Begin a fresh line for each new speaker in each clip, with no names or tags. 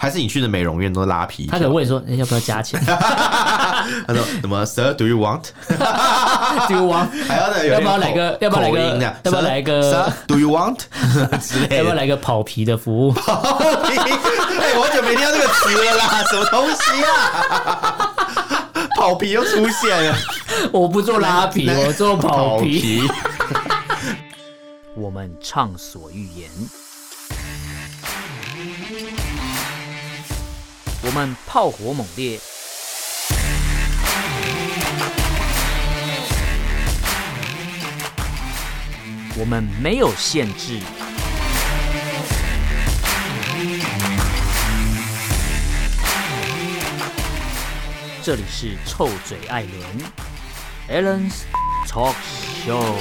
还是你去的美容院都拉皮
他可能问你说，哎，要不要加 钱
他说什么 Sir do you want？
丢啊？
还要再有
要不要来个
点
要不
口
要来
口
个
音的，
要不要来个
Sir Sir, do you want 之类
要不要
的？
来个跑皮的服 务？
哎，我好久没听到这个词了啦， 什么东西啊？ 跑皮又出现了，
我不做拉皮，我做跑皮。。
我们畅所欲言；我们炮火猛烈；我们没有限制。这里是臭嘴艾伦 a l l e n s Talk Show。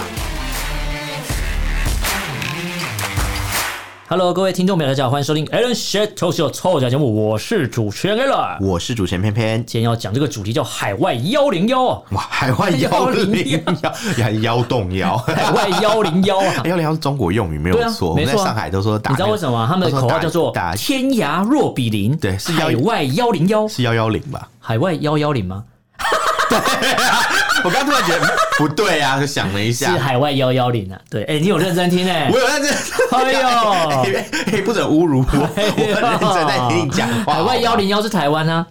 Hello，各位听众朋友，大家好，欢迎收听 Alan Shet Talk Show 臭脚节目，我是主持人 Alan。
我是主持人偏偏。
今天要讲这个主题叫海外幺零幺啊，
哇，海外幺零幺 呀，幺洞 幺，
海外幺零幺啊。
哎幺零幺是中国用语没
对
有
啊
错。我
没
们
错
在
啊
上海都说打那个，
你知道为什么吗？他们的
都
口
说
号
打
叫做
打
“天涯若比邻”，
对是
海
110
外幺零幺，
是幺幺零吧？
海外幺幺零吗？
我刚突然觉得不对啊，就想了一
是
下，
海外幺幺零啊。对，哎，你有认真听哎
我，有认真，
哎 呦
哎哎不准侮辱我，我
呦
认真在听你讲话。
海外幺零幺是台湾啊，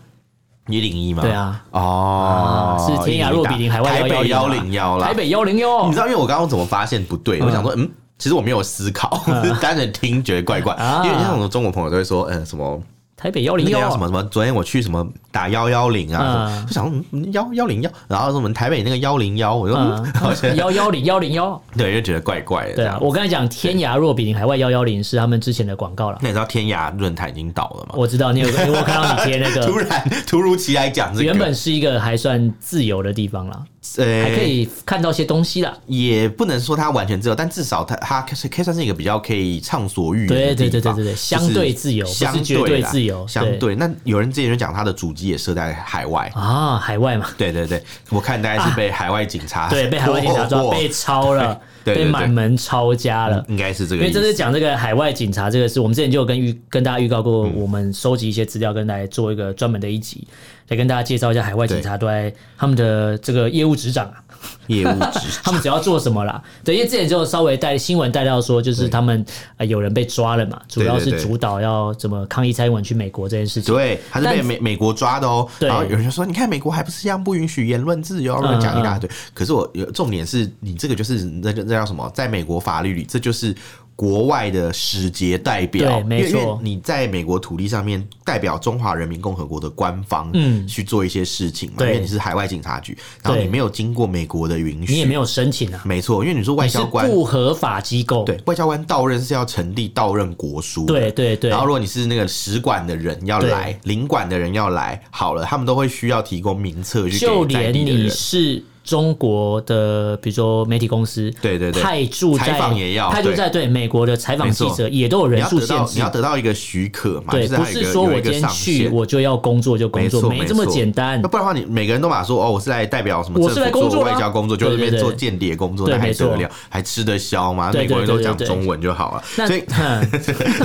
一零一吗？
对，啊，
哦
啊，是天涯若比邻，海外
台北
幺
幺
零
零幺啦
台。北幺零幺
你知。道，因为我刚刚怎么发现不对？
啊嗯
我想说，嗯，其实我没有思考，是 单纯听觉得怪怪。
啊
因为像我们中国朋友都会说，嗯，什么
台北幺
那
零
个
幺
叫什么什么，昨天我去什么打幺幺零啊，
嗯
就想幺幺零幺，然后说我们台北那个幺零幺，我就嗯然后觉得
啊幺幺零幺零幺，
对，就觉得怪怪的。
对啊，我刚才讲天涯若比邻，海外幺幺零是他们之前的广告了。
那你知道天涯论坛已经倒了吗？
我知道你 有个，因为我看到你贴那
突
个，
然突如其来讲这个，
呃原本是一个还算自由的地方啦，
呃
还可以看到些东西啦。
也不能说它完全自由，但至少它它可以可以算是一个比较可以畅所欲言
对
的
对
地
对对
方
对对
就是
相对自由不是
相对
绝对
啦
自由
相对。那有人之前就讲他的主机也设在海外，
啊，海外嘛，
对对对，我看大概是被海外警察
对，被海外警 察抓，
过
被抄了，
对对嗯
被
对
满门抄家了。
应该是这
因
个
为
意
这次
思。
讲这个海外警察这个事，我们之前就有跟预跟大家预告过，我们收集一些资料，跟来做一个专门的一集，来跟大家介绍一下海外警察都在他们的这个业务执掌啊，
业 务职
他们只要做什么啦？对，因为之前就稍微带新闻带到说，就是他们呃有人被抓了嘛，主要是
对对对
主导要怎么抗议蔡英文去美国这件事情。
对，他是被
但
美美国抓的哦。
对
然后有人就说，你看美国还不是一样不允许言论自由，然后
嗯
讲一大堆。可是我有重点是你这个就是那个那叫什么，在美国法律里，这就是。国外的使节代表，
对没
因为因为
错
你在美国土地上面代表中华人民共和国的官方，
嗯
去做一些事情嘛，因
对
为你是海外警察局，然后
对
你没有经过美国的允许，
你也没有申请啊，
没错，因为你说外
你是
交官，
不合法机构。
对外交官到任是要成立到任国书的，
对对对
然后如果你是那个使馆的人要来，领馆的人要来，好了，他们都会需要提供名册去
就
给在
连
地的
你
人。
是中国的，比如说媒体公司，
对对对
派驻在
采访也要
派驻在对美国的采访记者
没错
也都有
你
人
要
数
得
限
到，你
制
要。得到一个许可嘛？
对，
就是
不
它有一
是
个
说
有
我
一个
今天
上
去
限
我就要工作就工
没
作，
错，
没这么
错
简单
那。不然的话，你每个人都把说哦，我是来代表什么
我
政
是
府
来工
做
作啊
外交工作，就
对
那
对
边
对
做间谍工作，
对
那还
没
得
错
了？还吃得消吗？
对
美国人
对
都
对
讲
对
中文就好了，
那
所以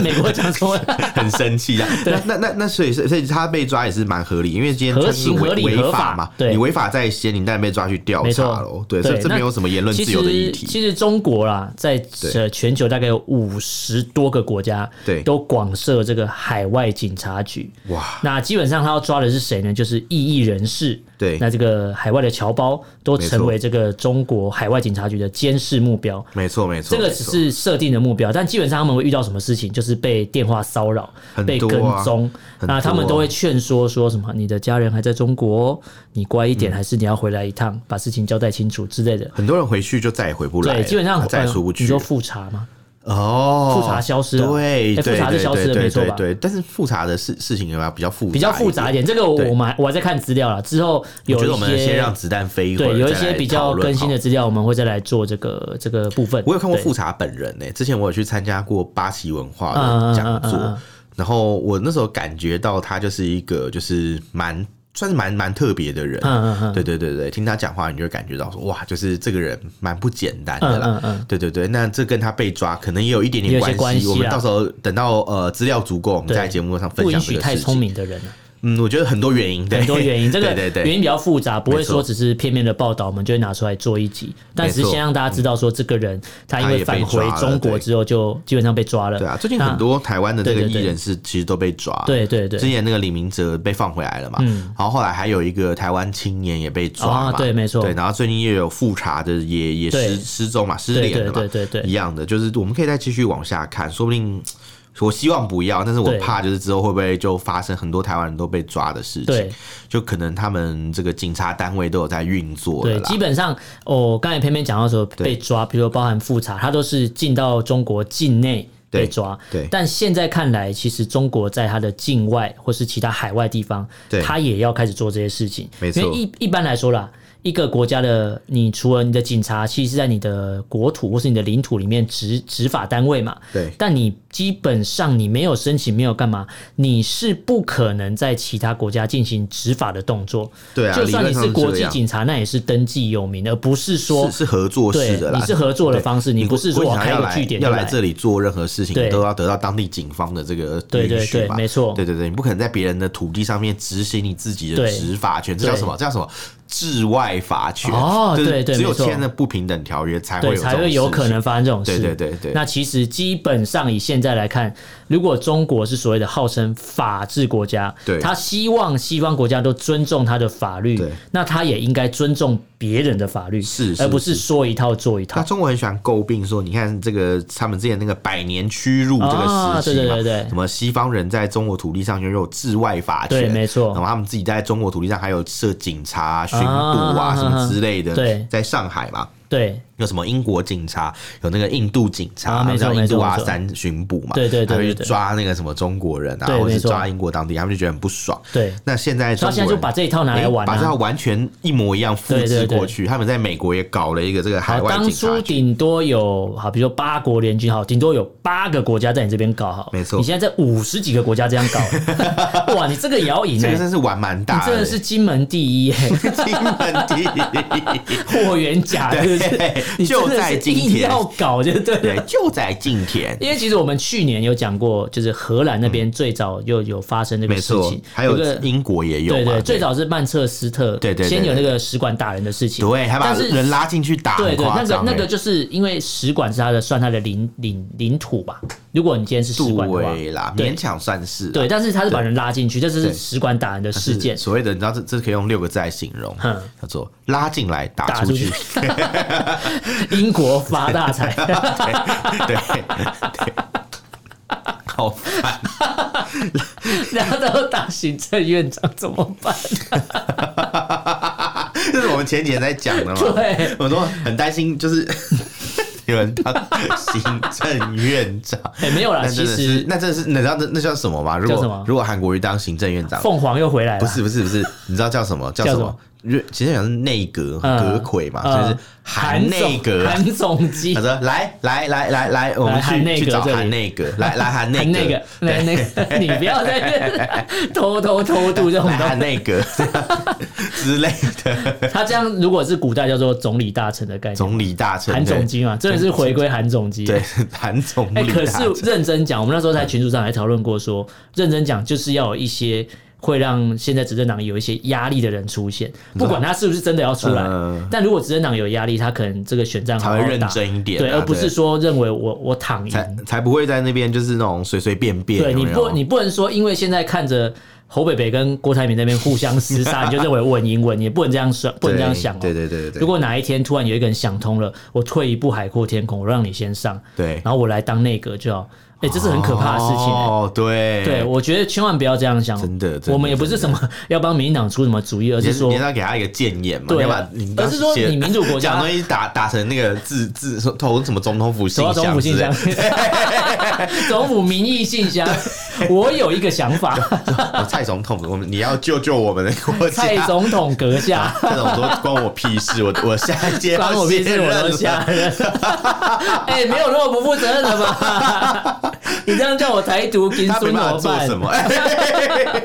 美国讲 什么？
很生气啊。 那那那那，所以所以他被抓也是蛮合理，因为今天他是
合情合
违
理
违
合
法
法
嘛，
对
你违法在先，你当然被抓去调
没
查
错
喽。对，
对
这这
那
没有什么言论
其
自由的议
实，
题。
其实中国啦，在呃全球大概有五十多个国家，
对
都广设这个海外警察局。
哇，
那基本上他要抓的是谁呢？就是异议人士。
对
那这个海外的侨胞都
没错
成为这个中国海外警察局的监视目标。
没错没错，
这个
没
只
错
是设定的目标，但基本上他们会遇到什么事情，就是被电话骚扰、
很
被
多
跟
啊
踪，
很
那他
多
们
啊
都会劝说说什么：你的家人还在中国哦，你乖一
嗯
点，还是你要回来一趟，把事情交代清楚之类的。
很多人回去就再也回不来了，
对，基本上
他再也
呃
出不去
你说
了。
复查吗？
哦，
复查消失了
对，
哎复
对
查是
对
消失
对
了
对
没错吧
对，对但是复查的事事情有没有比较复杂
比较复杂一
点？
点，这个
对
我们还我还在看资料了。之后有
我觉得
一
我们
些
先让子弹飞一会儿，
对，有一
再来
些比较
讨论
更新的
好。
资料，我们会再来做这个这个部分。
我有看过
对
复查本人呢、之前我有去参加过八旗文化
嗯嗯嗯
的讲座，
嗯嗯
然后我那时候感觉到他就是一个就是蛮算是蛮蛮特别的人。
嗯嗯嗯，
对对对对，听他讲话，你就会感觉到说，哇，就是这个人蛮不简单的啦。
嗯嗯嗯
对对对，那这跟他被抓可能也有一点
也
点
有些
关
关系啦啊
我们到时候等到呃资料足够，我们
对
在节目上分
不允
享这
许
个
太
事
聪
情。
明的人、啊，
嗯，我觉得很多原因，对
很 多原因，这个
对对
原
对，
因比较复杂，不会
没错
说只是片面的报道，我们就会拿出来做一集，但只是先让大家知道说这个人他因
他
为
也
返
被
回
抓了
中国
对
之后就基本上被抓了。
对啊，最近
那
很多台湾的这个
对对
艺
对
人是其实都被抓。
对对对嗯
之前那个李明哲被放回来了嘛，然后后来还有一个台湾青年也被抓
啊
嘛，
对没错
对，然后最近又有复查的也也
对
失失踪嘛，失
对
联了嘛，
对对对对
一样的，就是我们可以再继续往下看，说不定。我希望不要，但是我
对
怕就是之后会不会就发生很多台湾人都被抓的事
对
情，就可能他们这个警察单位都有在运作了
对，
啦
基。本上哦，刚才偏偏讲到说被抓，比如说包含复查，他都是进到中国境内。被
对
抓，
对
但现在看来，其实中国在它的境外或是其他海外地方
对，
它也要开始做这些事情。
没错
因为一一般来说啦，一个国家的，你除了你的警察，其实是在你的国土或是你的领土里面执执法单位嘛，
对
但你基本上你没有申请，没有干嘛，你是不可能在其他国家进行执法的动作。
对啊
就算你
理论上
是
是
国
这
际
样
警察，那也是登记有名，而不是说
是是合作式
对
的啦，
你是合作的
对
方式你不是说
国
我
想
开
要
个
来
据点就
要
来
来这里做任何事情，
对
你都要得到当地警方的这个
对对
允许
对
嘛
没错
对对对，你不可能在别人的土地上面执行你自己的
对
执法权，这叫
对
什么？这叫什么？治外法权
哦
就是
对对
只有
没错
签了不平等条约才会有
对，
这
才
种
会有
事
可
情
能发生这种事。
对对对对
那其实基本上以现在来看，如果中国是所谓的号称法治国家，
对
他希望西方国家都尊重他的法律
对，
那他也应该尊重别人的法律，
是是
而不是说一套做一套
那。中国很喜欢诟病说，你看这个他们之前那个百年屈辱这
啊
个时期嘛，
对对对对
什么西方人在中国土地上拥有治外法权，
对没错
然后他们自己在中国土地上还有设警察、啊、巡
啊
捕
啊啊
啊什么之类的，
对
在上海嘛。
对
有什么英国警察，有那个印度警察，
啊
他
没
们
错
叫印度
没错
阿
没错
三巡捕嘛，
对对对
还
对
会
对
去抓那个什么中国人啊，
对
或
没
是
错
抓英国当地，他们就觉得很不爽。
对，
那现在中
他
国
现在就把
人
这一套拿来
诶
玩、啊，
把这套完全一模一样复
对对
制
对
过去。他们在美国也搞了一个这个
好，
海外
当
警察
初
局。
顶多有好，比如说八国联军好，顶多有八个国家在你这边搞好，
没错
你现在在五十几个国家这样 搞，哇，你这个也要赢
这
哎、
个真是玩蛮
你
大
真
的，欸
的是金门第 一、欸，
金门第一。
霍元甲是不是
对？
你真的
就
是
在今天
硬要搞就对了
对，就在今天。
因为其实我们去年有讲过，就是荷兰那边最早又有发生这个
没
事
错
情，，
还有
个
英国也有
对
嘛，
对，最早是曼彻斯特，
对对对
先有那个使馆打人的事情，
对，还把
但是
人拉进去打，
对
很
对，那
夸
个
张
那个
欸
就是因为使馆是他的算他的领领领土吧。如果你今天是使馆的话，
对啦，
对
勉强算是啦
对，但是他是把人拉进去，这是
对
使馆打人的事件。
所谓的，你知道这这可以用六个字来形容
嗯，
叫做拉进来
打
打
出
出
去
去。，
英国发大财，
对 对对，好烦。
然后到打行政院长怎么 办？
这是我们前几天在讲的嘛。
对，
我说很担心，就是 有人当行政院 长。
哎，没有啦，
那
其
真的
实
是，那真的是，你知道那那叫什么吗？如
叫什么
果如果韩国瑜当行政院长，
凤凰又回来了，
啊不是不是不是，你知道叫什么？叫
叫
什
什
么
么？
因为行政院长是内阁
嗯
阁魁嘛，
嗯
就是韩内阁啊。
韩总机
他，说：“来来来来来，我们
韩内
去去
阁
找
这里
韩内阁，来 来韩内
韩那个
阁，，
那那个，你不要在 偷偷偷渡 这种
来
东西
韩。内 阁之类的。”
他这样如果是古代叫做总理大臣的概念，
总理大臣
韩总机嘛，真的是回归韩总机。啊
对，对韩总
哎、
理
可
大臣。
是认真讲，我们那时候在群组上还讨论过说认真讲就是要有一些。会让现在执政党有一些压力的人出现，不管他是不是真的要出来，
嗯
但如果执政党有压力，他可能这个选战好好
才会认
打
真一点啊
对，而不哎是
对
说认为我我躺赢，
才才不会在那边就是那种随随便便。
对
有
你
没
不
有
你不能说，因为现在看着侯北北跟郭台铭那边互相厮 杀，你就认为稳赢稳，也不能这样想，不能这样想、哦。
对对对对对
如果哪一天突然有一个人想通了，我退一步海阔天空，我让你先上，
对
然后我来当内阁就好。哎、这是很可怕的事情、哎
哦，对
对，我觉得千万不要这样想。
真的真的
我们也不是什么要帮民进党出什么主意，而
你
是说
你要给他一个谏言嘛，
对
要
啊
把你
而是说你民主国家
讲东西打打成那个字字投什么总统府
走
信箱
到
之类，
总府信箱， 总府民意信箱，我有一个想 法，
哦蔡总统，我们你要救救我们的国家。
蔡总统阁下。
蔡总说关我屁事，我我下一届
关我屁事，
要卸
我
任
都
了
吓人。 哎、没有那么不负责任的 吧？你这样叫我台独，跟
他没
孙怎
办法
么
做
办？
什么，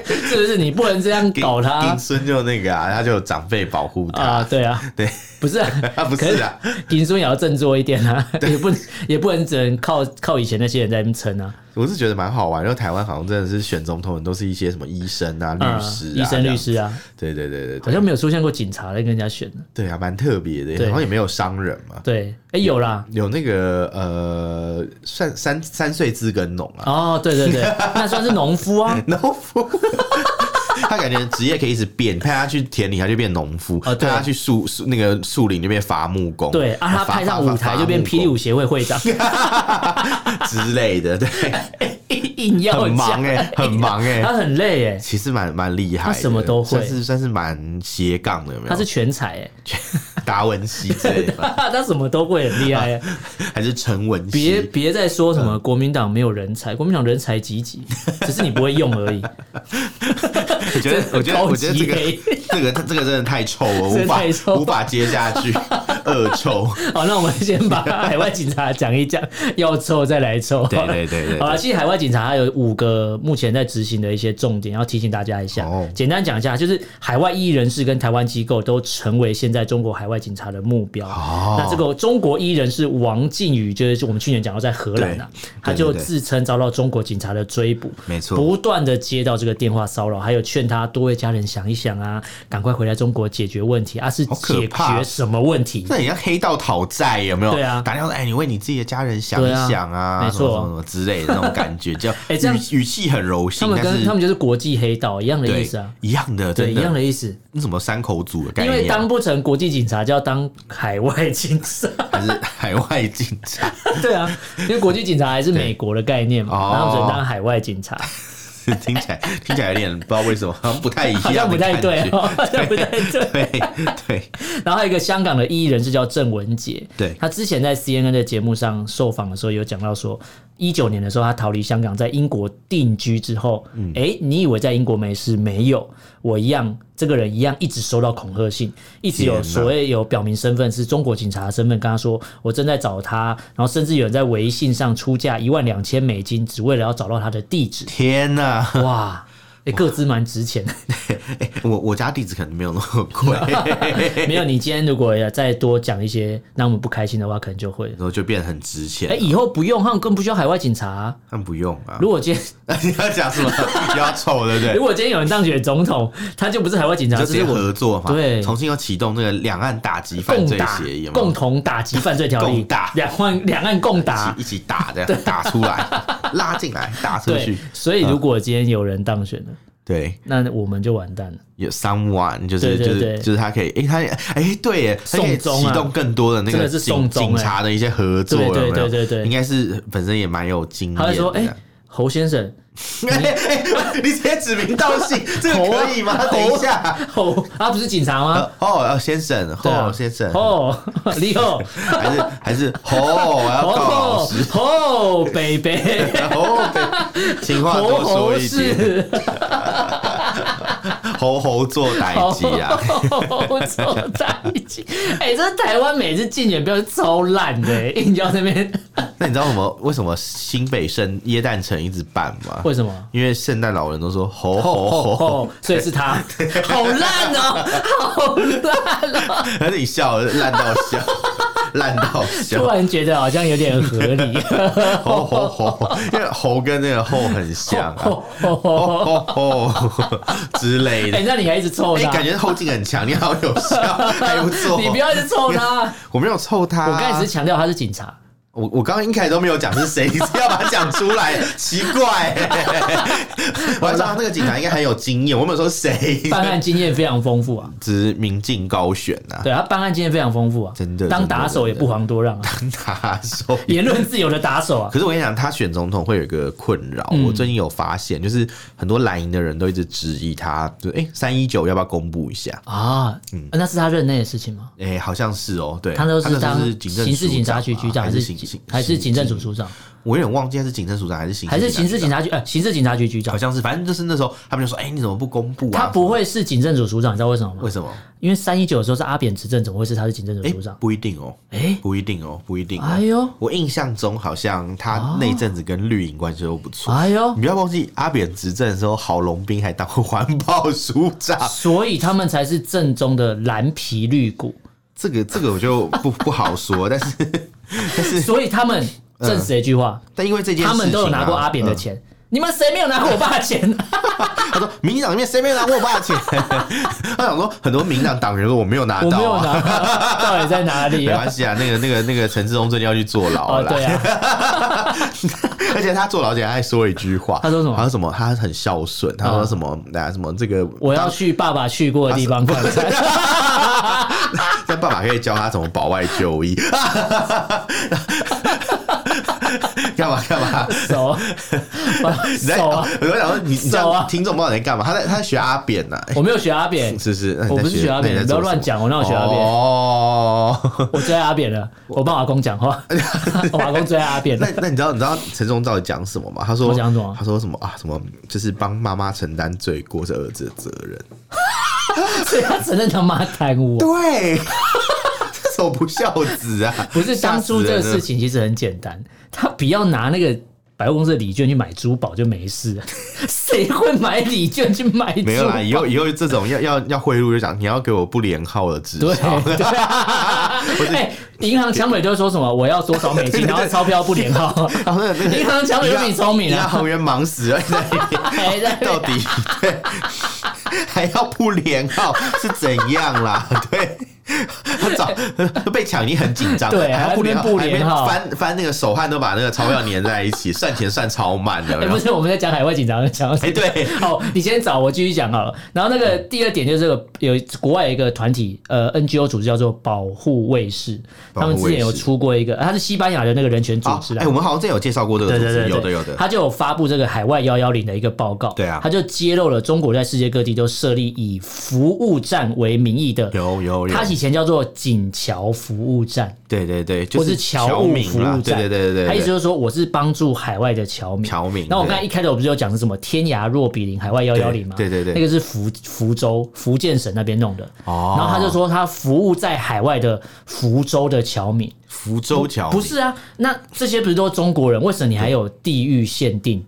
这 是不是？你不能这样搞他
丁孙就那个啊，他就有长辈保护他。
啊！对啊，
对，，
不是、啊
不是 啊
可是银孙也要振作一点啊， 也不能也不能只能靠靠以前那些人在那边撑啊，
我是觉得蛮好玩，因为台湾好像真的是选总统人都是一些什么医生啊、
嗯
律师、啊、
医生、
这
律
样
师啊，
对对对对对，
好像没有出现过警察在跟人家选的。
对啊，蛮特别的，
对
好像也没有商人嘛。
对，哎、有啦。
有那个呃，算三三岁资格农啊，
哦，对对对，那算是农夫啊。
农夫。 他感觉职业可以一直变，派他去田里他就变农夫，
哦对
派他去树树那个树林就变伐木工，
对啊，他
伐
派上
伐
舞台 就变霹雳舞协会会长，
伐 之类的，对，
硬要
很忙
讲
哎、很忙哎、
他很累哎、
其实蛮蛮厉害的，
他什么都会
算是算是蛮斜杠的，有没有？
他是全才哎、
达文西之类的吧，
他什么都会很厉害、欸。
还啊是嗯陈文
别
西？
别再说什么国民党没有人才，国民党人才济济，只是你不会用 而已。
我觉得，我觉得，
高级
我觉得这
黑
个这个这个真的太臭了，
真
无
的
法
太臭
无法接下去，恶 臭。
好，那我们先把海外警察讲一讲，要抽再来抽。
对对对对
好了，其实海外警察还有五个目前在执行的一些重点，要提醒大家一下。
哦
简单讲一下，就是海外异议人士跟台湾机构都成为现在中国海外警察的目标。
哦
那这个中国异议人士王靖宇，就是我们去年讲到在荷兰啊
对，
他
对
就
对
自称遭到中国警察的追捕，
没错
不断的接到这个电话骚扰，还有劝他多为家人想一想啊，赶快回来中国解决问题啊，是
好可
解
怕
决什么问题？
那也要黑道讨债有没有？
对啊
打电话说哎，你为你自己的家人想
对啊
一想啊，
没
什么
错
什么什么之类的那种感觉，叫
哎这样
语语气很柔
他
性，
们
但
跟
是
他们就是国际黑道一样的意
对
思啊，
一样的，
对，
真
一样
的，
的意思。
那什么三口组的概
因为
念
当
啊，
不成国际警察，就要当海外警察。
还是海外警察
对啊，因为国际警察还是美国的概念嘛，
哦
然后只能当海外警察，
听起来听起来有点不知道为什么，好像不太一样，
好像不太对哦，好像不太对。
对对，
然后还有一个香港的异议人士叫郑文杰，
对
他之前在 CNN 的节目上受访的时候有讲到说，一九年的时候他逃离香港，在英国定居之后，
嗯
哎、你以为在英国没事？没有，我一样，这个人一样一直收到恐吓信，一直
天
有
哪
所谓有表明身份是中国警察的身份，跟他说我正在找他，然后甚至有人在微信上出价一万两千美金，只为了要找到他的地址，
天哪！
哇！哎、各自蛮值钱的。
欸我我家地址可能没有那么贵，
没有，你今天如果再多讲一些让我们不开心的话，可能就会了
然后就变得很值钱。
哎、以后不用，他们更不需要海外警察啊、
但不用啊，
如果今 天，
你要讲什么？不要丑，对不
如
对？
果今天有人当选总统，他就不是海外警察，
就
这
直
是
接
我们
合作嘛，
对
重新要启动那个两岸打击犯
共
罪
打
协议，有没有
共同打击犯罪条例，
共打
两岸两岸共打。
一起打这样打出来， 拉进来，打出
对
去，，
所以如果今天有人当选了，
对，
那我们就完蛋了。
有 someone 就
对
是
对
就是
对
就是他可以，哎，他也哎对耶，他可以
送终啊
启动更多的那
真
个
的是
警
送终
警
哎
察的一些合作，
对对
有没有
对对对
应该是本身嗯也蛮有经验
他
的
会
这
说
样。：“
哎、侯先生，
哎哎你直接指名道 姓，这个可以吗？
侯啊
等一下，
侯，他不是警察吗？哎
哦，先生，
对啊
哦，先生，
侯，你好，
还是还是吼， 我要告老
侯
师，
侯北北，
吼，哦对情 话
侯
多
侯
说一点，
是
吼吼做歹机啊，
哦，凑在一起。哎、这台湾每次竞选标是超烂的、欸，硬要那边
那你知道为什么为什么新北圣耶诞城一直办吗？
为什么？
因为圣诞老人都 说吼吼吼，
哦，所以是他， 好烂哦、好烂哦、
而且你笑烂到 笑，烂到
突
笑，
然觉得好像有点合理。
吼吼吼，因为吼跟那个吼很像 啊，
哦，
吼吼吼之类
哎、
的。
那你还一直凑
哎、
他、
感觉后劲很强，你好有笑，还不错。
你不，要一直凑他。
我没有凑他、啊
我刚才只是强调他是警察，
我我刚刚一开始都没有讲是谁， 你是要把它讲出来，奇怪、 我还知道那个警察应该很有经验，我没有说谁，
办案经验非常丰富 啊。
只是民进高选啊呐、
对他办案经验非常丰富啊，
真的
当打手也不遑多让啊，
他说。
言论自由的打 手啊。
可是我跟你讲，他选总统会有一个困扰，
嗯
我最近有发现，就是很多蓝营的人都一直质疑他，就哎三一九要不要公布一下？
啊，
嗯
那是他任内的事情吗？
哎、好像是哦，对，
他都
那
是
时候
当
是警政
刑事
署
警察
长
局
嘛
局长
还
还是
行
警还是警政署署长，
我有点忘记他是警政署长还是刑
还是刑事警
察，
察局呃刑事警察局局长
好？像是，反正就是那时候他们就说，哎，你怎么不公布啊？
他不会是警政署署长，你知道为什么
什么
吗？
为什么？
因为三一九的时候是阿扁执政，怎么会是他是警政署
哎
署长，？
不一定哦，
哎、
不一定哦，不一定哦。
哎呦，
我印象中好像他那阵子跟绿营关系都不错。
哎呦
你，不要忘记，阿扁执政的时候，郝龙斌还当过环保署长。
所以他们才是正宗的蓝皮绿股，
这个这个我就不不好说， 但是
所以他们证实了一句话，
但因为这件事情啊、
他们都有拿过阿扁的
嗯
钱，你们谁没有拿过我爸的钱？
他说民进党里面谁没有拿过我爸的钱？ 他想说很多民进党党 员说我没有拿
我
到、啊，
没有拿， 到底在哪里
没
啊
关？系啊，那个那个那个陈志忠最近要去坐牢
哦，
了啦。
对啊，
而且他坐牢前还说了一句话，
他说什么啊
他说什么？他很孝顺，他说什么？那、什么这个
我要去爸爸去过的地
啊
方看看。
但爸爸可以教他怎么保外就医。 干嘛干嘛？
手 啊，
你在，哦
手啊！
我就想说你你这
手啊
样听众不知道你在干嘛？他在他在学阿扁呐、
我没有学阿扁，
是不嗯是？那你在
我不是学阿扁
那你在
不要
做
乱
什么
讲我哪有学阿扁
哦，
我追阿扁了，我帮阿公讲话， 我阿公追阿扁
那
了。
那你知道你知道陈忠到底讲什么吗？他说
我讲什么
他说什么啊？什么就是帮妈妈承担罪过是儿子的责任？
所以他承认他妈贪污哦，
对， 这种不孝子啊！
不是当初这个
吓死人
事
了
情其实很简单，他不要拿那个。百货公司的礼券去买珠宝就没事了， 谁会买礼券去买珠宝？
没有啦，以后以后这种要要要贿赂就讲你要给我不连号的纸
对
钞，
对， 哎，银行抢匪就会说什么我要多少美金，然后钞票不连号，
然哦后那个那个
银行抢匪就比你聪明
银行
啊，哎
行员忙死了， 在那边
还在
到底对还要不连号是怎样啦？对。他早被抢已经很紧张了，
对
还要不连号，
还不连号
还没翻翻那个手汗都把那个钞票粘在一起，算钱算超慢的。
哎，不是，我们在讲海外警察，讲到
哎对，
好，你先找我继续讲好了。然后那个
嗯
第二点就是这个有国外有一个团体，呃，NGO 组织叫做保护卫士，他们之前有出过一个，呃它是西班牙的那个人权组
啊
织，
哎、
啊。
我们好像之前有介绍过这个
对
组
对
织，
对，
有的
对
有的。
他就有发布这个海外幺幺零的一个报告，
对啊
他就揭露了中国在世界各地都设立以服务站为名义的，
有有有
他以前叫做景桥服务站，
对对对，就
或是侨务
民
服务
啦
站，
对对对对对，
他意思
对
就是说我是帮助海外的侨民。
侨民
那我刚才
对
一开头不是有讲是什么天涯若比邻，海外幺幺零嘛？
对对对
那个是福福州福建省那边弄的。
哦
然后他就说他服务在海外的福州的侨民，
福州侨
不
民
是啊？那这些不是都是中国人？为什么你还有地域限定？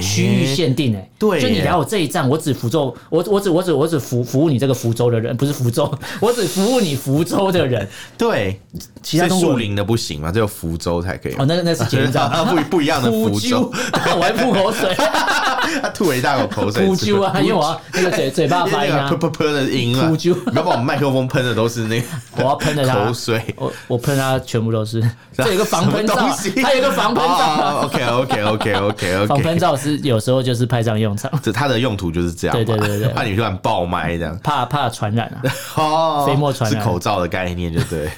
区域限定哎、
对
就你
耶
来我这一站，我只福州，我我只我只我只服服务你这个福州的人，不是福州， 我只服务你福州的人，
对，
其他
是
中国
树
人
林的不行嘛，只有福州才可以。，
哦，那个那是结账
不不一 样的福州
啾， 我还吐口 水，
他吐了一大口口水，
呼啾啊，因为我要那个 嘴嘴巴
因
发
为
音
那
啊
个，噗噗噗的音啊，
呼啾
不要把我们麦克风喷的都是那 个
我要喷的他
口水。
我我喷他全部都 是，啊这有一个防喷罩
什么
啊
东西，哦
它有一个防喷罩，
OK OK OK OK OK，
防喷罩是有时候就是派上用场，
这它的用途就是这样嘛，
对对对对
怕你突然爆麦这样。
怕怕传染 啊，
哦，
飞沫传染
是口罩的概念，就 对。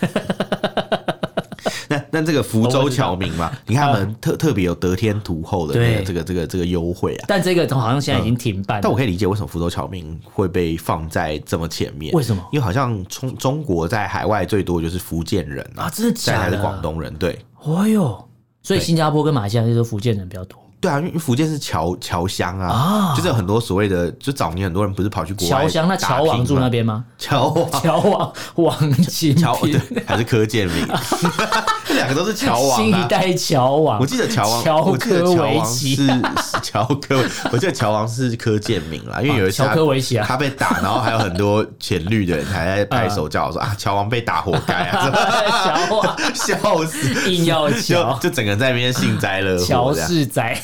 那那这个福州侨民
哦
嘛，你看他们特特别有得天独厚的那个
嗯对
这个这个这个优惠啊。
但这个好像现在已经停办了，
但我可以理解为什么福州侨民会被放在这么前面，
为什么
因为好像中中国在海外最多就是福建人
啊
啊，
真的
再
假
来
的
是广东人，对
哦哟，所以新加坡跟马来西亚就是福建人比较多，
对啊，因为福建是侨侨乡啊，
啊
就是有很多所谓的，就早年很多人不是跑去国外
侨乡那
打
侨
拼
王住
吗
那，边吗？
侨王
侨王王金
侨
平
对，还是柯建明， 这两个都是侨王啊，
新一代侨王，
我记得乔王，
啊乔
我记得
科
乔
维
王
奇
是 是乔科，我记得乔王是柯建明啦，因为有一次
乔
他
科维奇啊
他被打，然后还有很多浅绿的人还 在拍手叫说啊，乔王被打活该啊，
乔王
笑死，
硬要
就
乔
就整个在那边幸灾乐
乔
祸 这样，
氏仔。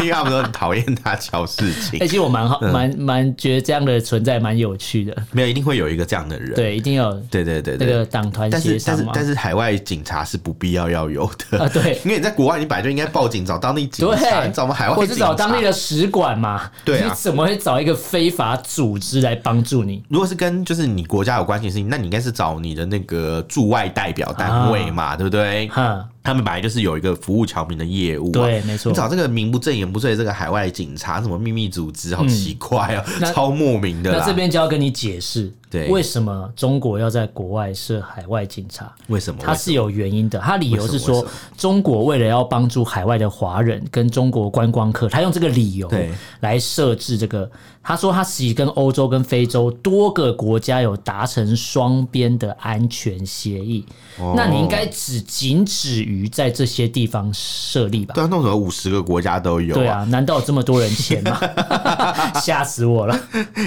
因为他们都很讨厌他乔事
哎、
情，
其实我蛮好，
嗯
蛮蛮觉得这样的存在蛮有趣的。
没有一定会有一个这样的人，
对，一定要有
对对对
那
对
个党团
但
协
是但
商
是
嘛。
但是海外警察是不必要要有的
啊对
因为你在国外你本来就应该报警找当地警察，
对，
你找我们海外
或
警察，
是找当地的使馆嘛？
对啊
你怎么会找一个非法组织来帮助你？
如果是跟就是你
啊
国家有关系的事情，那你应该是找你的那个驻外代表单位嘛，对不对？
哈，
他们本来就是有一个服务侨民的业务、啊，
对没错
你找这个名不正言不顺的这个海外警察，什么秘密组织，好奇怪啊，
嗯那
超莫名的
那
啦。
这边就要跟你解释，
对
为什么中国要在国外设海外警察？
为什么？
它是有原因的，它理由是
为什么为什
说
么，
中国为了要帮助海外的华人跟中国观光客，他用这个理由
对
来设置这个。他说他其实跟欧洲跟非洲多个国家有达成双边的安全协议，
哦
那你应该只仅止于在这些地方设立吧？
对啊，弄什么五十个国家都有、
对啊，难道有这么多人签吗？ 吓死我了！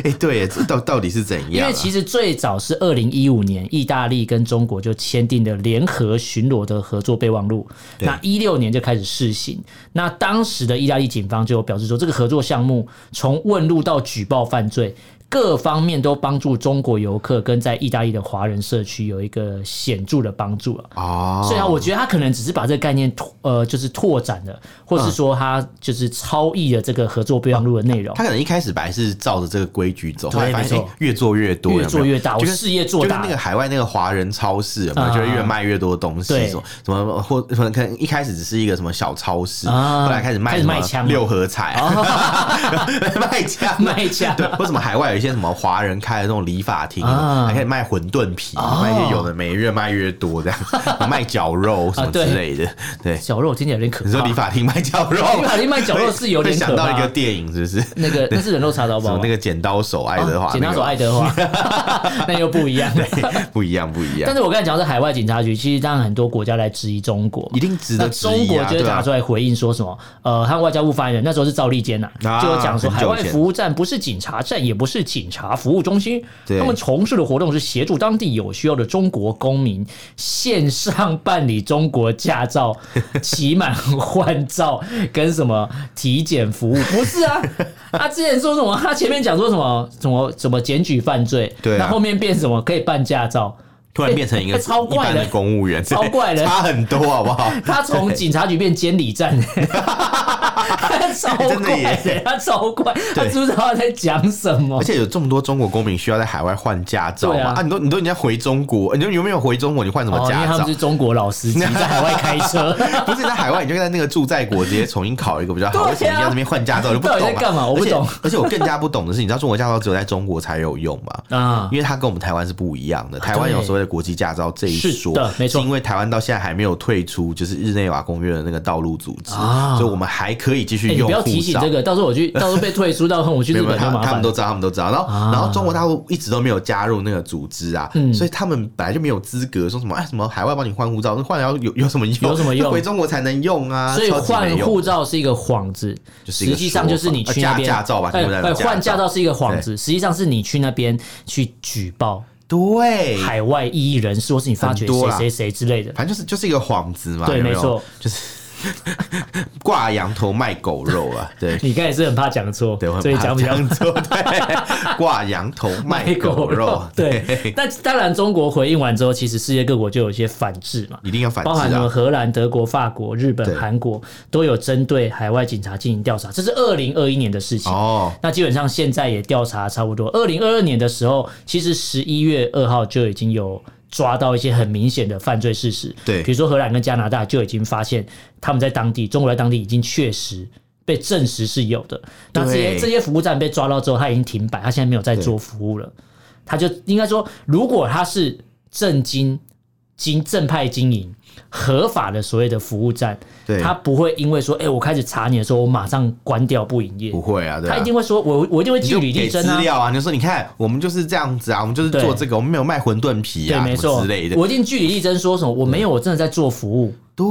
哎、对耶，这到到底是怎样、
因
啊？
为其实最早是二零一五年，意大利跟中国就签订的联合巡逻的合作备忘录，
对
那一六年就开始试行。那当时的意大利警方就有表示说，这个合作项目从问路到举报犯罪。各方面都帮助中国游客跟在意大利的华人社区有一个显著的帮助了。
哦，
所以啊，我觉得他可能只是把这个概念拓呃，就是拓展了，或是说他就是超译了这个合作备忘录的内容
他。可能一开始本来是照着这个规矩走，后来发现、
没
欸
错、
越做越多，
越做
有没有
越大
就
我
跟
事业做大
就跟那个海外那个华人超市有没有，
啊
就会越卖越多东西，
对
什么什么或可能可能一开始只是一个什么小超市，
啊
后来开始卖
开
什
始
么
卖枪了哦
六合彩， 卖枪
卖枪
对，或什么海外有一些什么华人开的那种理发厅，
啊哦
还可以卖馄饨皮，卖一些有的没，越卖越多这样，卖绞肉什么
啊对
之类的，对。
绞肉听起来有点可
你说
怕
理。发厅卖绞肉，
理发厅卖绞肉是有点
会想
可
到
怕
一个电影，是不是？
那个那是人肉茶刀
什
包
么
吗？
那个剪刀手爱德华，
啊剪刀手爱 德华， 那又不一样。
那个不一样，不一样
但，是我刚才讲的是海外警察局，其实当然很多国家来质疑中国嘛，
一定值得
那
质疑啊
中国就会
对啊
拿出来回应说什么？呃，他外交部发言人那时候是赵立坚呐、
啊
就有讲说
很
海
久
外
前
服务站不是警察站，也不是警察服务中心，
对
他们从事的活动是协助当地有需要的中国公民线上办理中国驾照、期满换照跟什么体检服务。不是 啊，他之前说什么？他前面讲说什么？什么什么检举犯罪？
对啊
那后面变什么可以办驾照？
突然变成一个
超
一
怪的
般的公务员，
超怪 的
差很多，好不 好？
他从警察局变监理站。 超
哎真的
怪
耶
的，他超怪，他
对
知不知道他在讲什么
而？且有这么多中国公民需要在海外换驾照
对
嘛？
啊
啊，你都你都人家回中国，你有没有回中国？你换什么
哦，因为
驾
他
照
们是？中国 老司机，在海外开车，
不是在海外，你就在那个住在国直接重新考一个比较
对
好。
啊
为什么一定要这边换驾照？我就不
到
懂
底在
啊
干嘛我不
而且
懂
而且我更加不懂的是，你知道中国驾照只有在中国才有用吗？
啊
因为它跟我们台湾是不一样的。台湾
对
有所谓的国际驾照这一说，
是的没错
是因为台湾到现在还没有退出就是日内瓦公约的那个道路组织，
啊
所以我们还可以继续
哎你
用
不要
护
提醒
照
这。个，到时候 我去，到时候被退出，到时候我去
没
日
有，没
本
有
就
他
麻
他们
烦
都
了。
知道，他们都知道。然后，
啊嗯
然后中国大陆一直都没有加入那个组织啊，所以他们本来就没有资格说什么哎什么海外帮你换护照，那换了要有有什么用？
有什么用
那回中国才能用啊，
所以
超级没
换
用
护照是一个幌子，
是一个
实际上就是你去那边
说法呃驾驾照吧
哎
全部在讲
哎
驾照
换驾照是一个幌子，实际上是你去那边去举报
对，
海外异议人士，或是你发觉
很多
谁
啦
谁谁之类的。
反正就是就是一个幌子嘛，
对
有没
没
有
错？
就是 挂羊头卖狗肉啊，对。
你刚才也是很怕讲错，
对，我
所
很
以
怕
讲比
这
较
样做，对，挂羊头卖 狗肉，
对，但当然，中国回应完之后，其实世界各国就有一些反制嘛，
一定要反
包含
制
什么
啊！
荷兰、德国、法国、日本
对、
韩国都有针对海外警察进行调查，这是二零二一年的事情。
哦，
那基本上现在也调查差不多。二零二二年的时候，其实十一月二号就已经有抓到一些很明显的犯罪事实，
对
比如说荷兰跟加拿大就已经发现他们在当地，中国在当地已经确实。被证实是有的，那这些
对
这些服务站被抓到之后，他已经停摆，他现在没有在做服务了。他就应该说，如果他是正经经正派经营合法的所谓的服务站，
对
他不会因为说，哎、我开始查你的时候，我马上关掉不营业，
不会啊，对啊
他一定会说，我我一定会
你
据
就
理
给
力
资
争啊。
料啊！你就说，你看，我们就是这样子啊，我们就是做
对
这个，我们没有卖馄饨皮
对，
啊，
没
什么
错
之类的。
我一定据理力争，说什么我没有，我真的在做服务，对，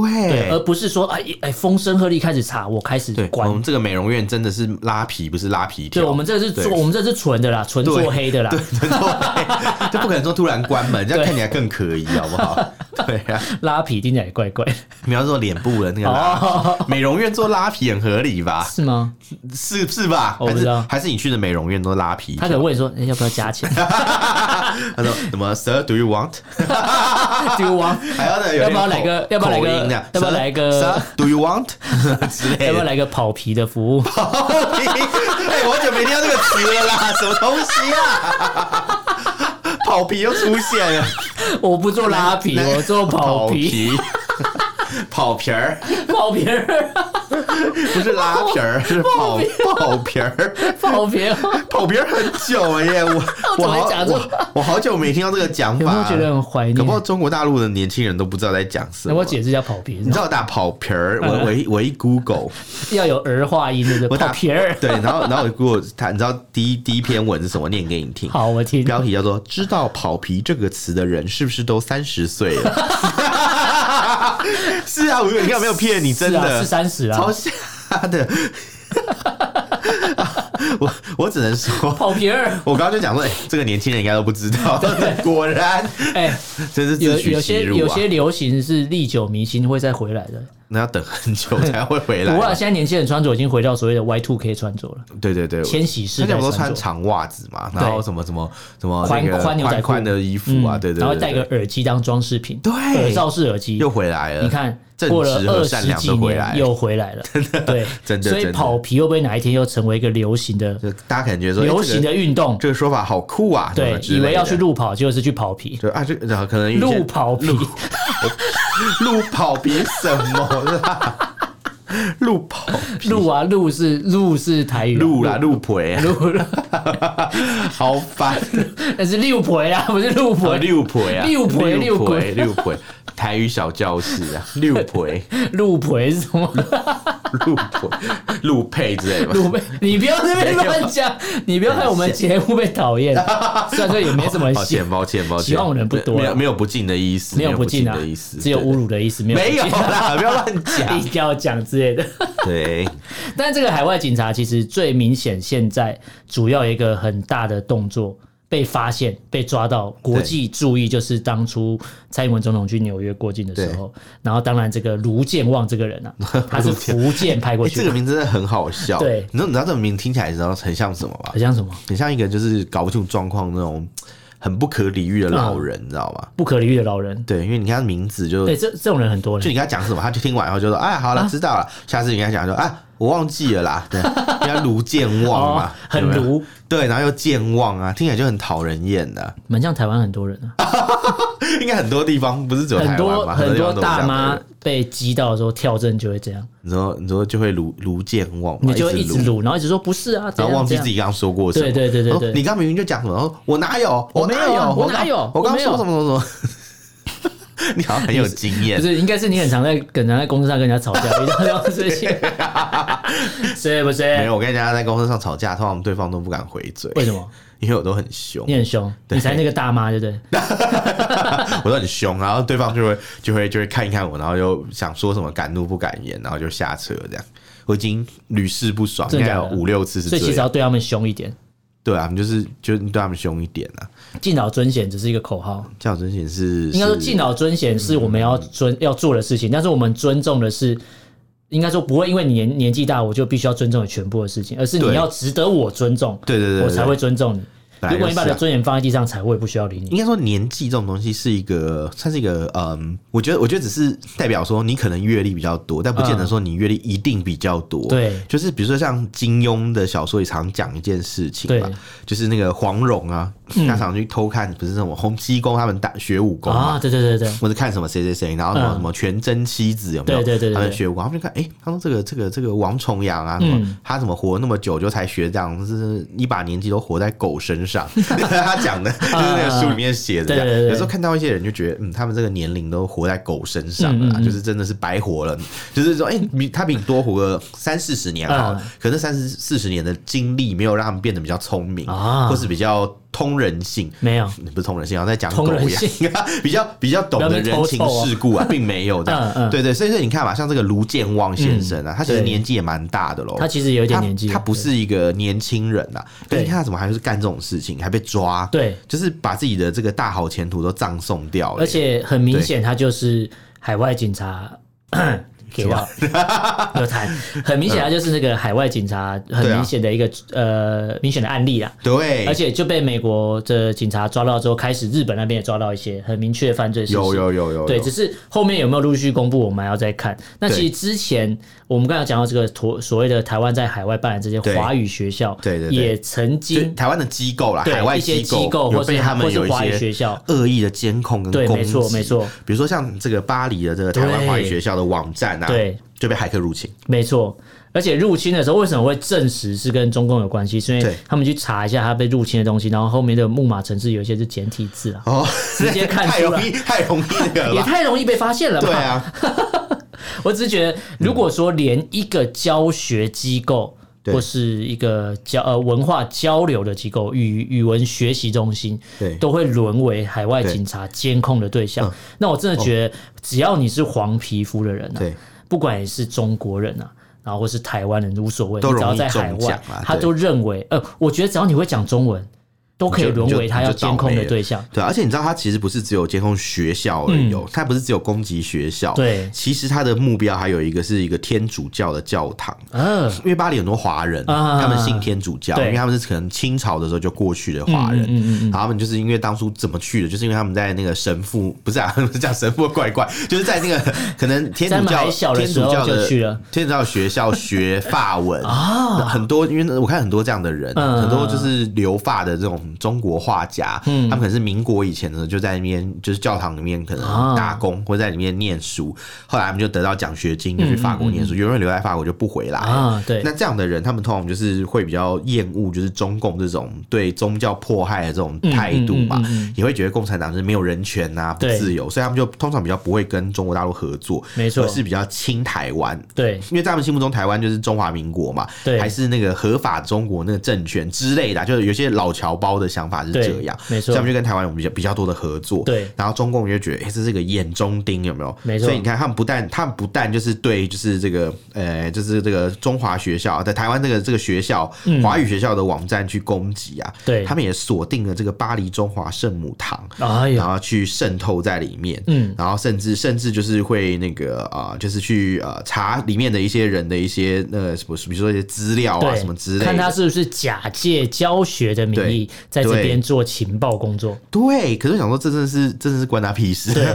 而
对，
不是说哎哎风声鹤唳开始查，我开始
对，我
关
们。这个美容院真的是拉皮，不是拉皮条。
对，我们这个是
对
做，我们这是纯的啦，纯
对
做黑的啦
对，， 对对就不可能说突然关门，这样
对
看起来更可疑，好不 好？对啊，
拉皮听起来也 怪怪，
你要做脸部的那个
哦
拉皮，美容院做拉皮很合理吧？
是吗？
是是吧？
我不
还
知
是
道
还是你去的美容院都拉皮
他
条？
可能问你说，哎要不要加 钱
他说什么？Sir, do you want？
丢啊王，
还要的有
要不要
点
来个
口
要不要来
口
个
音这样
要不要
Sir,
来个
？Sir, do you want？之类
要不
的。
要来个跑皮的服务？
哎，我好久没听到这个词了啦，什么东西啊？跑皮又出现了，
我不做拉皮，我做跑皮。
跑皮。跑皮儿，
泡别人，
不是拉皮儿，是跑跑皮儿。
泡别人，
跑皮儿很久了耶，我
怎
我
么
好
讲这
我我好久没听到这个讲法，
有没有觉得很怀念
搞不好中国大陆的年轻人都不知道在讲什
那
么
我。解释一下跑别
你
人
知，道我打跑皮儿，我我一我一 Google，
要有儿化音的，
我打
跑别人。
对，然后然后我 Google 它，你知道第一第一篇文是什么？念给你听。
好，我听。
标题叫做“知道跑皮这个词的人是不是都三十岁了？” 是啊，我你看没有骗你，真
是啊，
的
是三十啊
超，瞎的。 我我只能说，
跑别人。
我刚刚就讲说，哎、这个年轻人应该都不知道， 果然
哎，
真是
有
自取
有
其
些
辱
有
啊！
些流行是历久弥新，会再回来的。
那要等很久才会回
不过啊
来。
现在年轻人穿着已经回到所谓的 Y two K 穿着了，
对对对，
千禧世
大
代
家不都
穿
穿
着，
长袜子嘛，然后什么什么什么
宽
那个
宽牛仔
宽
裤
宽的衣服啊，对对对，
嗯然后戴
对
个耳机当装饰品，
对
耳罩式耳机
又回来了。
你看，
正
过了
直和
二
善
十
良
几
都回来
年又回来了，对，
真的
所
真
以
的
跑皮会不会哪一天又成为一个流行的
就大家感觉说，哎
流行
这个
的运动？
这个说法好酷啊，什么
对，
之
以为
类
要
的
去路跑，结果是去跑皮，
对啊，这然后可能有一些
路跑皮，
路跑比什么啦？ 路跑
路啊路是路是台语啊，
路啦，路陪啊，
路，
好烦，啊
那是六陪啊，不是路
哦
陪，
六陪啊，
六陪
六
六
陪
陪
六陪，台语小教室 啊，六陪
路陪是什么？
路陪路配之类的吧。
路陪，你不要在那边乱讲，你不要害我们节目被讨 厌。虽然说也没什么人
抱
喜
歉，抱歉，抱歉，
喜欢我的人不多啊
没有没有不敬的意思，
没有
有不
不敬啊
的意思，，
只有
对，
侮辱的意思，没
对
有
没有
不
啦， 不要乱
敬
讲。
一定要讲之类的。
对，
但这个海外警察其实最明显，现在主要有一个很大的动作被发现、被抓到，国际注意就是当初蔡英文总统去纽约过境的时候，然后当然这个卢健旺这个人啊，他是福建派过
哎，
去
这
的，
个名字真的很好笑。
对
你知道你知道这个名字听起来你知道很像什么吧
好？像什么
很像一个就是搞不清楚状况那种很不可理喻的老人，你知道吗？
不可理喻的老人。
对，因为你看他名字就
嗯对，啊这这种人很多
就
人，
你跟他讲什么，他就听完以后就说：“哎，好了，知道了。”下次你跟他讲说：“啊，我忘记了啦。” 对，人家卢健忘嘛，
哦很
有没有
卢，
对，然后又健忘啊，听起来就很讨人厌的。
蛮像台湾很多人啊，
应该很多地方不是只有
很
台
多
湾吧？
很
地
多
方都有这
大
样的
妈
人，
被激到的时候跳针就会这样，
你说你说就会卢卢健忘嘛，
你就一
一
直
卢。
撸，然后一直说不是啊，怎
然后
样
忘
怎
记
样
自己刚刚说过什么，
对对对对
然后
对
你刚刚明明就讲什么，然后我哪有，
我
哪
没有啊
我
我哪有
刚我刚
我
刚
没有
说什么什么什么， 你好像很有经验
不，是，应该是你很常在很常在公司上跟人家 吵架，遇到这种事情，是不
没
是？
有，我跟人家在公司上吵架，通常对方都不敢回嘴，
为什么？
因为我都很凶
你，很凶，你才那个大妈，对不对？
我都很凶，然后对方就会就会就会看一看我，然后就想说什么敢怒不敢言，然后就下车这样。我已经屡试不爽，应
真的
该
假的
有五六次是
所以其
这
实
样。
要对他们凶一点，
对啊，你就是就你对他们凶一点啊。
敬老尊贤只是一个口号，
这样真显是
应该说
是
敬老尊贤是我们要尊要做的事情，但是我们尊重的是。应该说不会，因为你年年纪大，我就必须要尊重你全部的事情，而是你
对
要值得我尊重，
对对对对
我才会尊重你。
本来
如果
就是
你把你的
啊
尊严放在地上踩，我也不需要理你。
应该说年纪这种东西是一个，算是一个，嗯，我觉得，我觉得只是代表说你可能阅历比较多，但不见得说你阅历一定比较多。
嗯对
就是比如说像金庸的小说也常讲一件事情嘛
对，嗯
就是那个黄蓉啊，他常去偷看，不是什么洪七公他们打学武功嘛
啊，。对对对对，
或者看什么谁谁谁，然后什么
嗯
什么全真妻子有没有？
对对对对对嗯
他们学武功，他们就看，哎、他说这个这个这个王重阳啊，什么、他怎么活那么久就才学这样，就是一把年纪都活在狗身 上。他讲的就是那个书里面写的这样。
啊对对对对
有时候看到一些人就觉得，嗯，他们这个年龄都活在狗身上
嗯
了啊、就是真的是白活了。就是说，哎、比他比你多活个三四十年好了，
嗯
可是三四四十年的经历没有让他们变得比较聪明，
啊
或是比较通人性。
没有，
不是同人性，然啊后在讲
同
狗一
人
样， 比较比较懂
不要
得
被
人
偷
情
凑啊
世故啊，并没有这样。
嗯嗯
对对，所以说你看嘛，像这个卢健旺先生啊，他其实
对
年纪也蛮大的喽。
他其实有一点
他
年纪了，
哦他不是一个年轻人呐、可是
对
你看他怎么还是干这种事情，还被抓，，
对，
就是把自己的这个大好前途都葬送掉了。
而且很明显，他就是海外警察给到有谈，很明显他就是那个海外警察很
啊
明显的一个、呃明显的案例啦。
对，
而且就被美国的警察抓到之后，开始日本那边也抓到一些很明确的犯罪事实。
有有有有，
对，
有
只是后面有没有陆续公布，我们还要再看。那其实之前我们刚才讲到这个所所谓的台湾在海外办的这些
对
华语学校，
对对对
也曾
就
经
台湾的机构啦，
对
海外
一些机
构
构或
有
是
被他们
或是
有一
华语
些
学校
恶意的监控跟
对
攻
没错
击
没错，
比如说像这个巴黎的这个台湾
对
华语学校的网站啊，
对，
就被骇客入侵，
没错。而且入侵的时候，为什么会证实是跟中共有关系？是因为
对
他们去查一下他被入侵的东西，然后后面的木马城市有一些是简体字啊，
哦，
直接看
太
出来
容易太容易那个
也
了吧，
太容易被发现了吧？
对啊，
我只是觉得，
嗯
如果说连一个教学机构。
对
或是一个交呃文化交流的机构，语语文学习中心，
对嗯
都会沦为海外警察监控的对象。那我真的觉得，只要你是黄皮肤的人啊，
对，
不管你是中国人啊，然后或是台湾人，无所谓，
都
你只要
容易
在海
中奖
外
啊，
他
对
都认为，呃，我觉得只要你会讲中文，都可以
你就
沦
你就
为他要
你就倒
监控
霉
的
了
对象。
对，啊而且你知道，它其实不是只有监控学校而已、哦，它不是只有攻击学校，
嗯对
其实它的目标还有一个是一个天主教的教堂。
嗯、
因为巴黎很多华人，
啊
他们信天主教，
对嗯
因为他们是可能清朝的时候就过去的华人，然后他们就是因为当初怎么去的，就是因为他们在那个神父不是啊， 他们讲神父怪怪，就是在那个可能天主
在马
教
来小的
天
时
主
候
教
就
的
去了
天主教学校学法 文啊，很多因为我看很多这样的人，
嗯嗯
很多就是留法的这种中国画家，他们可能是民国以前的时候就在那边就是教堂里面可
啊
能打工或者在里面念书，后来他们就得到奖学金就去法国
嗯
念书，有人留在法国就不回来了
啊，对，
哎那这样的人，他们通常就是会比较厌恶，就是中共这种对宗教迫害的这种态度嘛，
嗯嗯嗯
也会觉得共产党是没有人权呐、不
对
自由，所以他们就通常比较不会跟中国大陆合作，
没错
而是比较亲台湾。
对，
因为在他们心目中，台湾就是中华民国嘛，
对
还是那个合法中国那个政权之类的啊、就是有些老侨胞的想法是
对
这样，
没错
所以他们就跟台湾有比较比较多的合作，
对
然后中共就觉得，哎、这是个眼中钉，有没有？
没错
所以你看，他们不但他们不但就是对，就是这个，呃，就是这个中华学校在台湾这个这个学校华语学校的网站去攻击啊，
嗯对
他们也锁定了这个巴黎中华圣母堂，
哎呀
然，后去渗透在里面，
嗯，
然后甚至甚至就是会那个啊、呃就是去呃查里面的一些人的一些呃什么，比如说一些资料啊
对，
什么之类
看他
的。
是不是假借教学的名义在这边做情报工作。
对，可是我想说，这真的是真的是关他屁事。
对，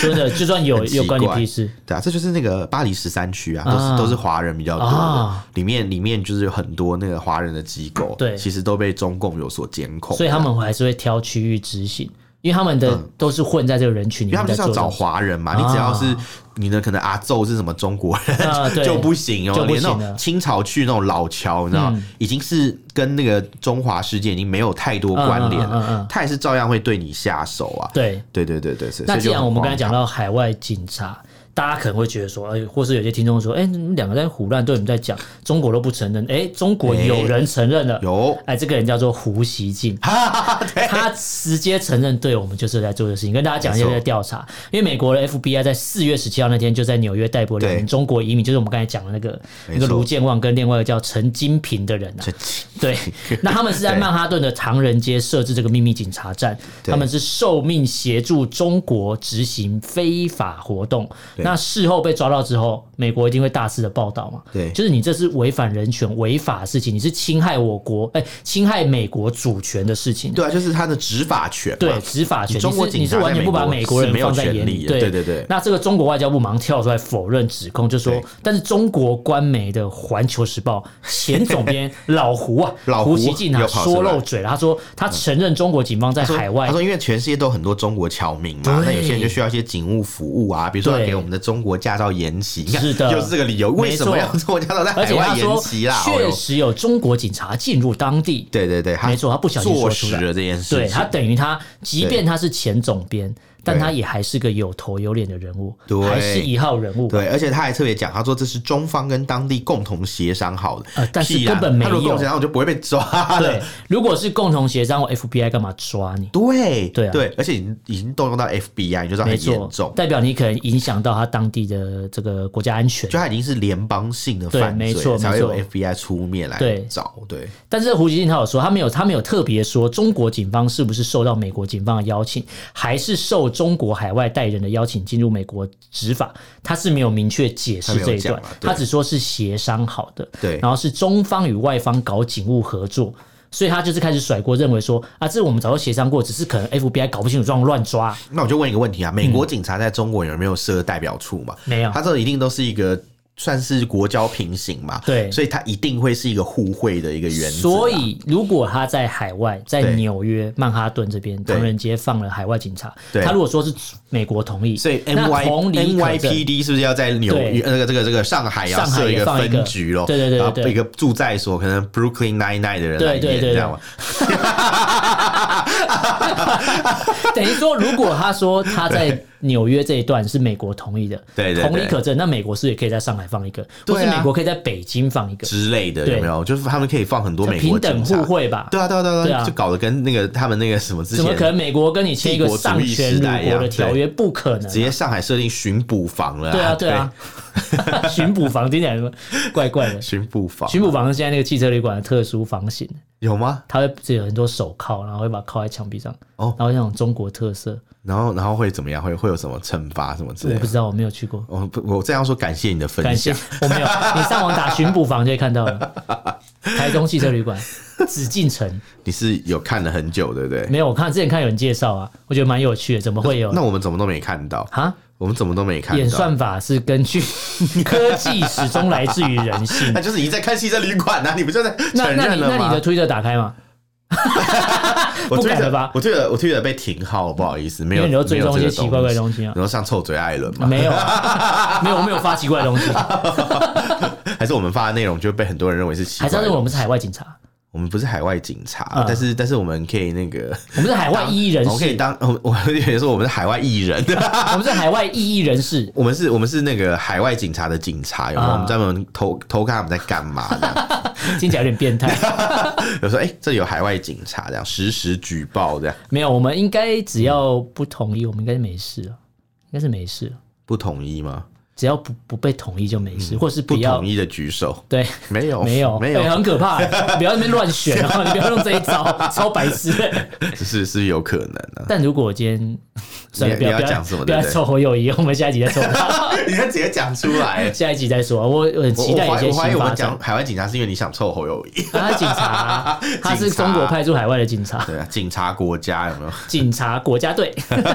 真 的，就算有
很奇
有关你
怪
屁事，
对啊，这就是那个巴黎十三区啊，都是、
啊
都是华人比较多的，
啊
里面里面就是有很多那个华人的机构，
对
其实都被中共有所监控，
所以他们还是会挑区域执行，因为他们的都是混在这个人群
嗯
里
因为他
面
们
在
就是
做
要找
这种事。
华人嘛，你只要是
啊
你的可能阿奏是什么中国人、
啊对
就不行
就
哦，
不
连
行
那
了
种清朝去那种老侨，你知道，
嗯
已经是跟那个中华世界已经没有太多关联了，
嗯嗯嗯嗯嗯
他也是照样会对你下手啊。
对，
对对对对，所以
那既
所以就
然
很
我们刚才
荒
讲
唐，
到海外警察，大家可能会觉得说，哎、或是有些听众说，哎、你们两个在胡乱对我们在讲，中国都不承认，哎、中国有人承认了，
有
哎、这个人叫做胡锡进。他直接承认，对我们就是在做的事情。跟大家讲一下
没
这
错
个调查，因为美国的 FBI 在四月十七号那天就在纽约逮捕两
对
名中国移民，就是我们刚才讲的那个那
没
个
错
卢健旺跟另外一个叫陈金平的人啊。对， 那他们是在曼哈顿的唐人街设置这个秘密警察站，
对
他们是受命协助中国执行非法活动。
对
那事后被抓到之后，美国一定会大肆的报道嘛？
对
就是你这是违反人权、违法的事情，你是侵害我国、哎、侵害美国主权的事情。
对啊，就是他的执法权嘛，
对执法权，
中国
你是你
警
是
察
完
在
全
美
不把
国
美国人
是没有
放在
权
眼
利
里。
的对对对
那这个中国外交部忙跳出来否认指控，就说
对，
但是中国官媒的《环球时报》前总编老胡啊，
老
胡
胡
锡进啊
又跑出来
说漏嘴了，他说他承认中国警方在
说
海外
他说，因为全世界都有很多中国侨民嘛，
对
那有些人就需要一些警务服务啊，比如说
对
要给我们的中国驾照延期，你看
是 的
又是这个理由，为
没
什
错
么要中国驾照在
而
海
且
外
他
延
说
期啦？哦
确
哟
实有中国警察进入当地。
对对对，他
没错他不小心说
坐
出
实
来
了这件事情，
对他等于他，即便他是前总编，但
对
他也还是个有头有脸的人物，
对
还是一号人物。
对，而且他还特别讲，他说这是中方跟当地共同协商好的，
呃但是
屁啦
根本没有
他如果共同协商，我就不会被抓
对
了。，
如果是共同协商，我 FBI 干嘛抓你？
对
对啊
对，而且已经已经动用到 FBI，你就知道
没
很
错
啊严，重，
代表你可能影响到他当地的这个国家安全
就。他已经是联邦性的
对
犯
没
罪，
错
才会
没
有
错
FBI 出面来
对
找。对，
但是胡锡进他有说，他没有他没有特别说中国警方是不是受到美国警方的邀请，还是受中国海外代理人的邀请进入美国执法，他是没有明确解释这一
他没有
段
讲嘛，对
他只说是协商好的，
对
然后是中方与外方搞警务合作。所以他就是开始甩锅，认为说啊，这我们早就协商过，只是可能 FBI 搞不清楚状况乱抓。
那我就问一个问题
嗯
啊，美国警察在中国有没有设代表处嘛？
没有
他这一定都是一个算是国交平行嘛，
对
所以它一定会是一个互惠的一个原则啊。
所以，如果他在海外，在
对
纽约曼哈顿这边
对
唐人街放了海外警察
对，
他如果说是美国同意，
所以 N
那
Y
同理
N
可
Y
证
P D 是不是要在纽约
对
呃那个这个这个上海要
上海
设一
也
个
放一个
分局咯？
对对对
然后
对对
一个住在所可能 Brooklyn Nine Nine 的人来
对对
演
对
这样嘛？ 啊
等于说，如果他说他在纽约这一段是美国同意的，
对对对
同理可证，那美国是不是也可以在上海放一个，
对
或
啊
是美国可以在北京放一个，
之类的
对
有没有？就是他们可以放很多美
平
国
等
警
互
察。
惠吧？
对啊，对啊，对啊，
对啊
就搞得跟那个他们那个什么之
怎
前
么可能美国跟你签一个丧权辱国的条约？不可能啊、
直接上海设定巡捕房了、
对啊对啊， 巡捕房听起来怪怪 的
对，。巡捕房，
巡捕房是现在那个汽车旅馆的特殊房型，
有吗？
它会自己有很多手铐，然后会把它铐在墙壁上，
哦
然后那种中国特色，
然后然后会怎么样？会会有什么惩罚什么之类
我不
的？
知道，我没有去过。
我不，我这样说感谢你的分
感谢
享。
我没有，你上网打巡捕房就会看到了。台中汽车旅馆，紫禁城
你是有看了很久，对不对？
没有，我看之前看有人介绍啊，我觉得蛮有趣的，怎么会有
那我们怎么都没看到？
啊？
我们怎么都没看
演
到？
算法是根 据科技始终来自于人性
那。就是你在看汽车旅馆呐、啊，你不就在
那
承
那
认
你那
了
你的
吗？
推特打开吗？
我
不敢
Twitter-
了吧
我退了，我退了被停号，不好意思，没
因
有
为你都追踪一些
没有这个
奇怪怪的东西啊
然后上臭嘴艾伦嘛，
没有啊，没有，我没有发奇怪的东西，
还是我们发的内容就被很多人认为是奇
嗯还
怪
是
的
要认为我们是海外警察，
我们不是海外警察，
嗯
但是但是我们可以那个。
我们是海外异议人
我们可以
士，
当，我我有点说我们是海外艺人，
我们是海外异议人士。
我们是，我们是那个海外警察的警察，有没有？
啊
我们专门偷偷看他们在干嘛这 样。
听起来有点变态。
有时候，哎、这里有海外警察，这样实时举报，这样
没有，我们应该只要不同意，我们应该是没事啊，应该是没事啊。
不统一吗？
只要不不被同意就没事，或是
嗯不
不要
统一的举手，
对。
没有，
没有，
没
哎
有，
很可怕。不要在那边 乱选啊！你不要用这一招，超白痴的。
只 是是有可能 啊。
但如果我今天，算了，
你
不
要
要
你要讲什么
不要
对不对
凑合友谊，我们下一集 再凑合。
你要直接讲出来。
下一集再说。我我很
我
期待
我怀
有些
我怀疑
新
我们
发
讲
展。
海外警察是因为你想凑侯友谊，
他是警 察啊，他是中国派驻海外的警察，
对啊，警察国家有没有？
警察国家队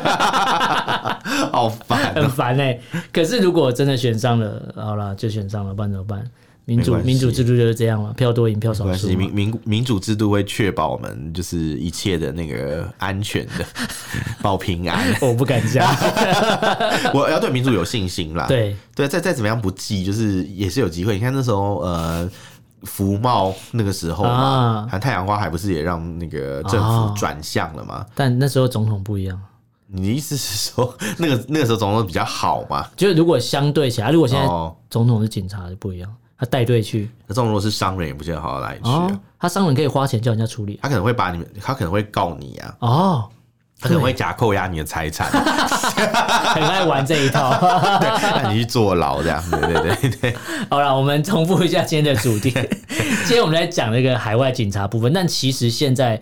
好烦
很
啊！
烦哎。可是如果真的选上了，好了就选上了，不然怎么办？民
没
主
关系
民主制度就是这样嘛，票多赢票
没
少
关
输
系，
嘛
民。民民主制度会确保我们就是一切的那个安全 的，保平安。
我不敢 讲，
我要对民主有信心啦。
对
对，再再怎么样不济，就是也是有机会。你看那时候呃。福茂那个时候嘛
啊，
像、太阳花还不是也让那个政府转向了吗？
但那时候总统不一样。
你的意思是说，那个那个时候总统比较好嘛？
就是如果相对起来，如果现在
哦
总统是警察就不一样，他带队去
那种如果是商人，也不见得好到哪里去、啊
哦，他商人可以花钱叫人家处理
他可能会把你们，他可能会告你啊，
哦，
他可能会假扣押你的财产，啊
很爱玩这一套。
让你去坐牢这样。对对对对，
好了，我们重复一下今天的主 题，今天我们来讲那个海外警察部分，但其实现在。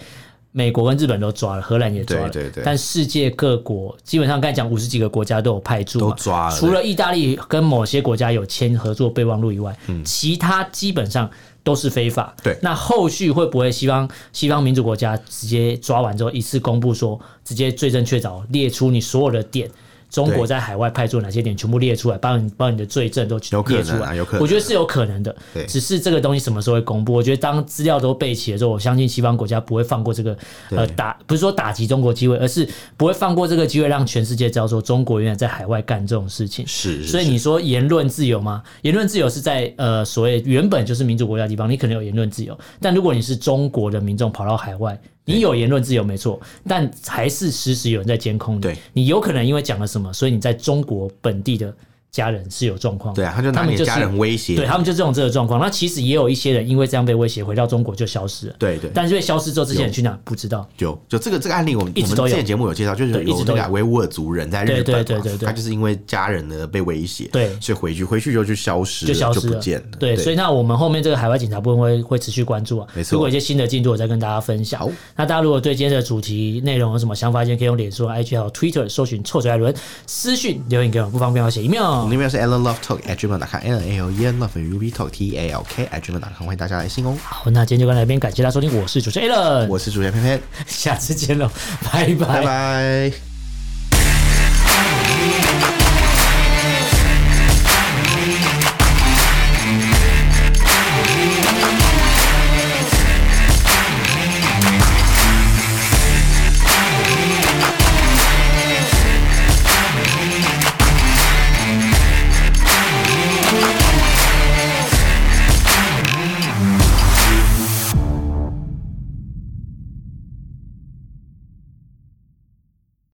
美国跟日本都抓了，荷兰也抓了，
对对对
但世界各国基本上刚才讲五十几个国家都有派驻嘛，
都抓了
除了意大利跟某些国家有签合作备忘录以外，其他基本上都是非法。
嗯对
那后续会不会西方西方民主国家直接抓完之后一次公布说，直接罪证确凿，列出你所有的点？中
对
国在海外派驻哪些点全部列出来，帮你帮你的罪证都
有可
列
能
出
啊
来，
有可能
我觉得是有可能的
对，
只是这个东西什么时候会公布？我觉得当资料都备齐了之后，我相信西方国家不会放过这个呃打，不是说打击中国机会，而是不会放过这个机会，让全世界知道说中国原来在海外干这种事情。
是是
所以你说言论自由吗？言论自由是在呃所谓原本就是民主国家的地方，你可能有言论自由，但如果你是中国的民众跑到海外，你有言论自由没错，但还是时时有人在监控你
嗯对，
你有可能因为讲了什么，所以你在中国本地的。家人是有状况，
对啊，他就拿
们
你的
就是
家人威胁，
对他们就这种这个状况。那其实也有一些人因为这样被威胁，回到中国就消失了。
对对
但是被消失之后，这些人去哪不知道。
就就这个这个案例，我们
一
我
直
们
都有
之前节目有介绍，就是
对一
有
直
那
都有
个维吾尔族人在日本嘛，
对对对对对
他就是因为家人呢被威胁，
对
所以回去回去就就消失了，
就消失
不
了，
见了，
对，所以那我们后面这个海外警察部分会会持续关注啊。
没错
如果有一些新的进度，我再跟大家分享
好。
那大家如果对今天的主题内容有什么想法，今天可以用脸书、IG 还有 Twitter 搜寻“臭嘴艾伦”，私讯留言给我们，不方便要写 email
我们。那边是 Alan Love Talk at gmail.com，N A L E N Love U B Talk T A L K at gmail.com，欢迎大家来信哦。
好，那今天就到这边，感谢大家收听，我是主持人 a l l n
我是主持人偏偏，
下次见喽，拜
拜拜。